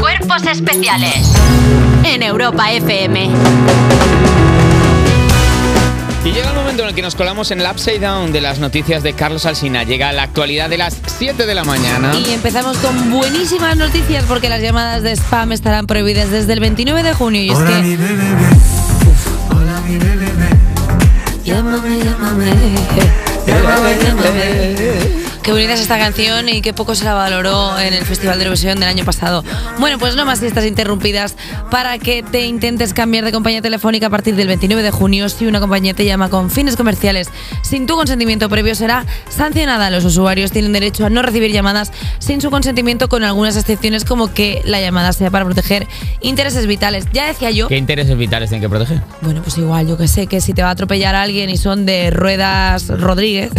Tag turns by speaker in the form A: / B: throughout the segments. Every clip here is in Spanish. A: Cuerpos especiales en Europa FM.
B: Y llega el momento en el que nos colamos en el Upside Down de las noticias de Carlos Alsina. Llega la actualidad de las 7 de la mañana.
C: Y empezamos con buenísimas noticias porque las llamadas de spam estarán prohibidas desde el 29 de junio. Y es
D: Hola,
C: que.
D: mi bebé. Hola, mi bebé.
C: Llámame, llámame. Llámame, llámame. Qué bonita es esta canción y qué poco se la valoró en el Festival de Eurovisión del año pasado. Bueno, pues no más listas interrumpidas para que te intentes cambiar de compañía telefónica a partir del 29 de junio. Si una compañía te llama con fines comerciales sin tu consentimiento previo, será sancionada. Los usuarios tienen derecho a no recibir llamadas sin su consentimiento, con algunas excepciones como que la llamada sea para proteger intereses vitales. Ya decía yo
B: ¿Qué intereses vitales tienen que proteger?
C: bueno, pues igual, yo que sé, que si te va a atropellar alguien y son de ruedas Rodríguez.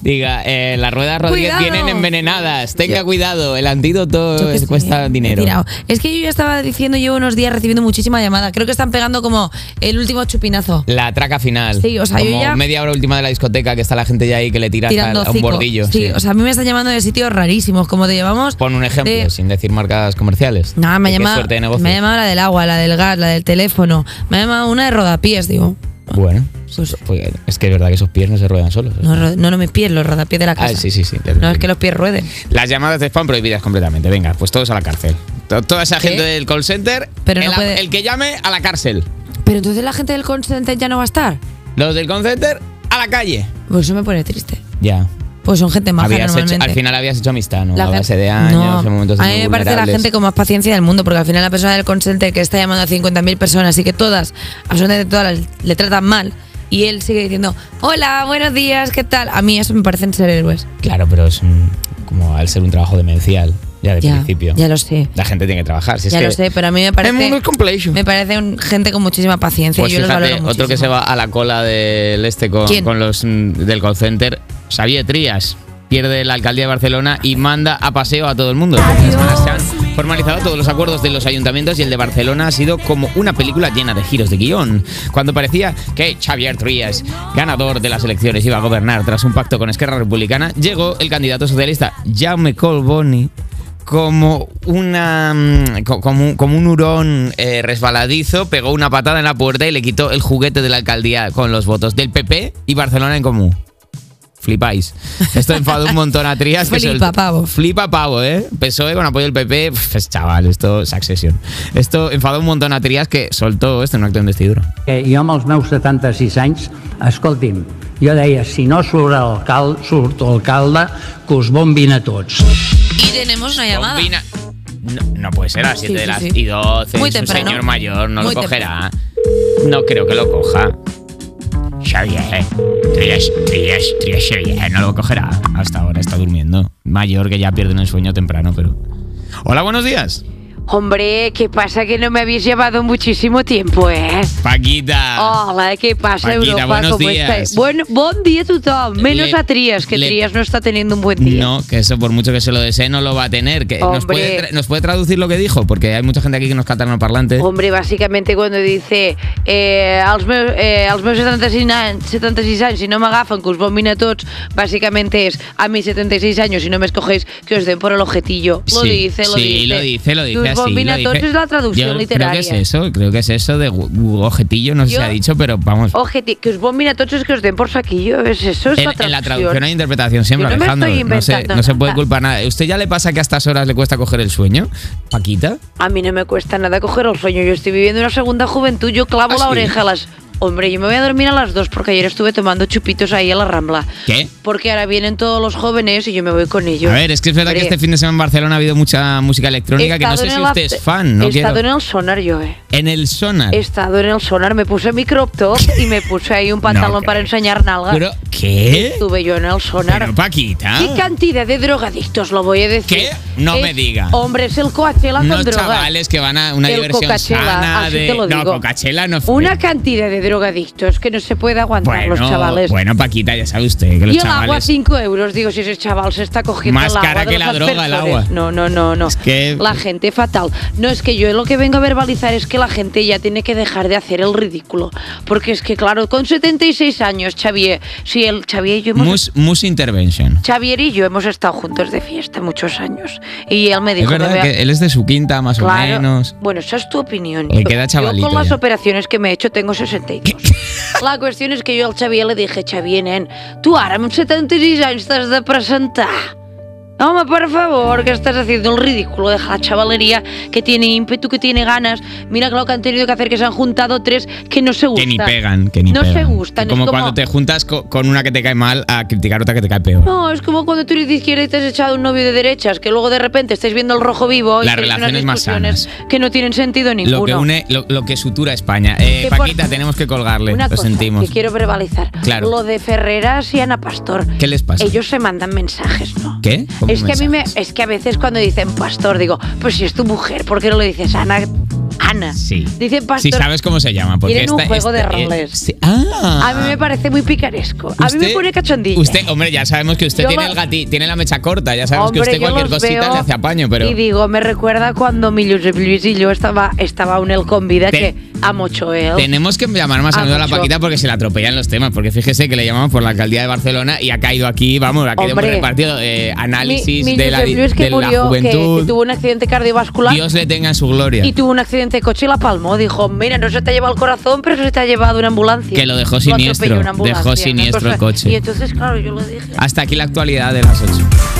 B: Diga, eh, las ruedas Rodríguez
C: Cuidado.
B: vienen envenenadas. Tenga cuidado, el antídoto
C: Yo qué sé,
B: cuesta
C: he
B: dinero.
C: tirado. Es que yo ya estaba diciendo, llevo unos días recibiendo muchísima llamada. Creo que están pegando como el último chupinazo.
B: La traca final.
C: Sí, o sea, yo
B: Como
C: ya-
B: media hora última de la discoteca que está la gente ya ahí que le tira hasta
C: Tirando
B: a un
C: hocico.
B: bordillo.
C: Sí, o sea, a mí me están llamando de sitios rarísimos, como te llevamos.
B: Pon un ejemplo,
C: de-
B: sin decir marcas comerciales.
C: No, me ha,
B: ¿De qué
C: llamado,
B: suerte de negocio?
C: me ha llamado la del agua, la del gas, la del teléfono. Me ha llamado una de rodapiés, digo.
B: Bueno,
C: Pues-
B: pues es que es verdad que esos pies no se ruedan solos. ¿eh?
C: No, ro- no, no, mis pies, los rodapiés de la casa.
B: Ah, sí, sí, sí, ya te
C: No es
B: entiendo.
C: que los pies rueden.
B: Las llamadas de spam prohibidas completamente. Venga, pues todos a la cárcel. To- Toda esa
C: ¿Qué?
B: gente del call center,
C: Pero
B: el,
C: no puede-
B: el que llame a la cárcel.
C: Pero entonces la gente del consente ya no va a estar.
B: Los del call center, a la calle.
C: Pues eso me pone triste.
B: Ya.
C: Pues son gente maja
B: Habías hecho-
C: normalmente.
B: al final habías hecho amistad, ¿no?
C: La
B: a
C: gen-
B: base de años,
C: No,
B: en momentos
C: A mí me
B: muy
C: parece la
B: vulnerables.
C: gente con más paciencia del mundo, porque al final la persona del consente que está llamando a 50.000 personas y que todas, absolutamente todas, las- le tratan mal y él sigue diciendo, hola, buenos días, ¿qué tal? A mí eso me parecen ser héroes.
B: Claro, pero es un- como al ser un trabajo demencial, ya de
C: Ya,
B: principio.
C: ya lo sé.
B: La gente tiene que trabajar. Si es
C: ya
B: que
C: lo sé, pero a mí me
B: el mundo es
C: parece...
B: complejo.
C: Me parece un- gente con muchísima paciencia.
B: Pues
C: yo los
B: fíjate,
C: valoro muchísimo.
B: otro que se va a la cola del este con,
C: ¿Quién?
B: con los mm, del call center, Xavier Trías. Pierde la alcaldía de Barcelona y manda a paseo a todo el mundo. Esta semana Se han formalizado todos los acuerdos de los ayuntamientos y el de Barcelona ha sido como una película llena de giros de guión. Cuando parecía que Xavier Trías, ganador de las elecciones, iba a gobernar tras un pacto con Esquerra Republicana, llegó el candidato socialista Jaume Colboni como una mm, co- como, un- como un hurón eh, resbaladizo pegó una patada en la puerta y le quitó el juguete de la alcaldía con los votos del PP y Barcelona en común flipáis esto enfadó un montón a Trías que
C: Flipa,
B: soltó-
C: pavo.
B: flipa pavo eh PSOE con apoyo del PP Pf, chaval esto es accesión esto enfadó un montón a Trías que soltó esto en un acto de investidura
E: que jo amb els meus 76 anys, escolti'm, jo deia, si no surt alcalde, surt alcalde, que us bombin a tots.
C: Y tenemos una llamada.
B: Combina- No, no puede ser a las
C: Sí,
B: 7 de
C: sí,
B: las
C: sí.
B: y 12.
C: Muy
B: es un
C: temprano.
B: señor mayor, no
C: Muy
B: lo
C: temprano.
B: cogerá. No creo que lo coja. Xavier, eh, Trías, Trías, Trías, Xavier, eh, no lo cogerá. Hasta ahora está durmiendo. Mayor que ya pierden el sueño temprano, pero. Hola, buenos días.
F: Hombre, ¿qué pasa que no me habéis llevado muchísimo tiempo, eh?
B: Paquita.
F: Hola, ¿qué pasa,
B: Paquita,
F: Europa?
B: Ah. buenos
F: ¿Cómo
B: días.
F: estáis? Bueno, buen día total, menos
B: Le-
F: a Trías, que
B: le-
F: Trías no está teniendo un buen día.
B: No, que eso por mucho que se lo desee no lo va a tener. Que nos,
F: Hombre.
B: puede tra- ¿Nos puede traducir lo que dijo? Porque hay mucha gente aquí que nos canta en el parlante.
F: Hombre, bàsicament quan dice eh, els, meus, eh, els meus 76 anys, 76 anys, si no m'agafen, que us bombin a tots, bàsicament és a mis 76 anys, si no m'escogéis, que os den por el ojetillo. Lo
B: sí,
F: dice, lo
B: sí,
F: dice.
B: lo dice, lo dice
F: Que os
B: así.
F: bombin
B: lo
F: a
B: dice.
F: tots és la traducció
B: Yo
F: literària.
B: Creo que es eso, creo que es eso de gu- gu- ojetillo, no sé si
F: Yo-
B: ha dicho, pero vamos.
F: Ojeti- que os bombin a tots és que os den por saquillo, es eso es
B: En,
F: la
B: en
F: traducción.
B: la traducción hay interpretación siempre,
F: Yo no me
B: Alejandro.
F: estoy
B: no, se,
F: inventando
B: no se puede
F: nada.
B: culpar nada. ¿Usted ya le pasa que a estas horas le cuesta coger el sueño? ¿Paquita?
F: A mí no me cuesta nada coger el sueño. Yo estoy viviendo una segunda juventud. Yo clavo
B: ¿Ah,
F: la
B: sí?
F: oreja a las. Hombre, yo me voy a dormir a las dos porque ayer estuve tomando chupitos ahí a la rambla.
B: ¿Qué?
F: Porque ahora vienen todos los jóvenes y yo me voy con ellos.
B: a ver, es que es verdad que
F: Hombre,
B: este fin de semana en Barcelona ha habido mucha música
F: he
B: electrónica que no
F: estado
B: sé
F: en
B: si
F: el
B: usted
F: after-
B: es fan. No
F: He
B: quiero. Ah.
F: estado en el sonar yo, eh.
B: En el sonar.
F: He estado en el sonar. Me puse mi crop top y me puse ahí un pantalón
B: creo.
F: para enseñar nalga.
B: Pero, ¿Qué?
F: Estuve yo en el sonar.
B: Pero, Paquita.
F: ¿Qué cantidad de drogadictos lo voy a decir?
B: ¿Qué? No me diga.
F: Hombre, es el Coachella
B: Unos
F: con drogas.
B: chavales que van a una
F: El
B: diversión
F: Coachella,
B: sana
F: así
B: de
F: te lo
B: no
F: digo.
B: Coachella no
F: Una cantidad de drogadictos, que no se puede aguantar
B: Bueno,
F: los chavales.
B: bueno, Paquita, ya sabe usted que los
F: y el agua,
B: chavales.
F: 5 euros. Digo, si ese chaval se está cogiendo
B: Más
F: el agua
B: cara
F: de
B: que
F: los
B: la droga, el
F: aspersores.
B: agua.
F: No, no, no, no.
B: Es que-
F: La gente fatal. No, es que yo lo que vengo a verbalizar es que la gente ya tiene que dejar de hacer el ridículo. Porque es que, claro, con 76 años, Xavier, si el Xavier y yo hemos...
B: Mus, Mus Intervention.
F: Xavier y yo hemos estado juntos de fiesta muchos años. Y él me dijo...
B: Es verdad
F: "Me voy a-
B: que él es de su quinta, más o
F: Claro.
B: menos.
F: Bueno, esa es tu opinión.
B: Le queda
F: yo
B: chavalito
F: con las
B: ya.
F: operaciones que me he hecho tengo 62. La cuestión es que yo al Xavier le dije, Xavier, nen, tu ara amb 76 anys t'has de presentar. Home, por favor, que estás haciendo el ridículo. Deja la chavalería que tiene ímpetu, que tiene ganas. Mira lo que han tenido que hacer, que se han juntado tres que no se
B: Que
F: gustan.
B: ni pegan, que ni
F: no
B: pegan.
F: se gustan.
B: Como,
F: es como
B: cuando te juntas co- con una que te cae mal a criticar otra que te cae peor.
F: No, es como cuando tú eres de izquierda y te has echado un novio de derechas, que luego de repente estáis viendo el rojo vivo y
B: Las
F: tenéis unas
B: relaciones más
F: discusiones
B: sanas.
F: que no tienen sentido ninguno.
B: lo que une, lo, lo que sutura a España. Eh,
F: Que por-
B: Paquita, tenemos que colgarle.
F: Una
B: lo
F: cosa
B: sentimos.
F: que quiero verbalizar.
B: Claro.
F: Lo de Ferreras y Ana Pastor.
B: ¿Qué les pasa?
F: Ellos se mandan mensajes, ¿no?
B: ¿Qué? ¿Cómo
F: Es que a mí me,
B: mensajes?
F: es que a veces cuando dicen Pastor digo, pues si es tu mujer, ¿por qué no le dices Ana? Ana.
B: Sí.
F: Dicen
B: Si
F: Pastor.
B: sabes cómo se llama. Porque
F: Tienen un
B: esta-
F: juego
B: esta-
F: de
B: eh,
F: roles.
B: sí. Ah.
F: a mí me parece muy picaresco. A mí me
B: Usted-
F: pone cachondillo.
B: Usted, hombre, ya sabemos que usted
F: Yo
B: tiene
F: lo-
B: el gati- tiene la mecha corta, ya sabemos que usted
F: yo
B: cualquier
F: los
B: cosita
F: veo
B: le hace apaño, pero
F: Y digo, me recuerda cuando mi Josep Lluís y yo estaba, estaba aún él con vida,
B: Te-
F: que amo Choel.
B: tenemos que llamar más a
F: Ah,
B: menudo a la
F: mucho.
B: Paquita porque se le atropellan los temas, porque fíjese que le llamamos por la alcaldía de Barcelona y ha caído aquí, vamos, ha quedado
F: Hombre.
B: repartido eh, análisis
F: mi, mi
B: de, la,
F: Josep Lluís que
B: de la
F: murió, que- Que,
B: juventud.
F: tuvo un accidente cardiovascular.
B: Dios le tenga en su gloria.
F: Y tuvo un accidente de coche y la palmó. Dijo, mira, no se te ha llevado el corazón, pero se te ha llevado una ambulancia.
B: Que lo dejó
F: atropelló
B: siniestro,
F: una ambulancia,
B: dejó
F: una
B: siniestro el
F: cosa.
B: coche.
F: Y entonces, claro, yo lo dije.
B: Hasta aquí la actualidad de las 8.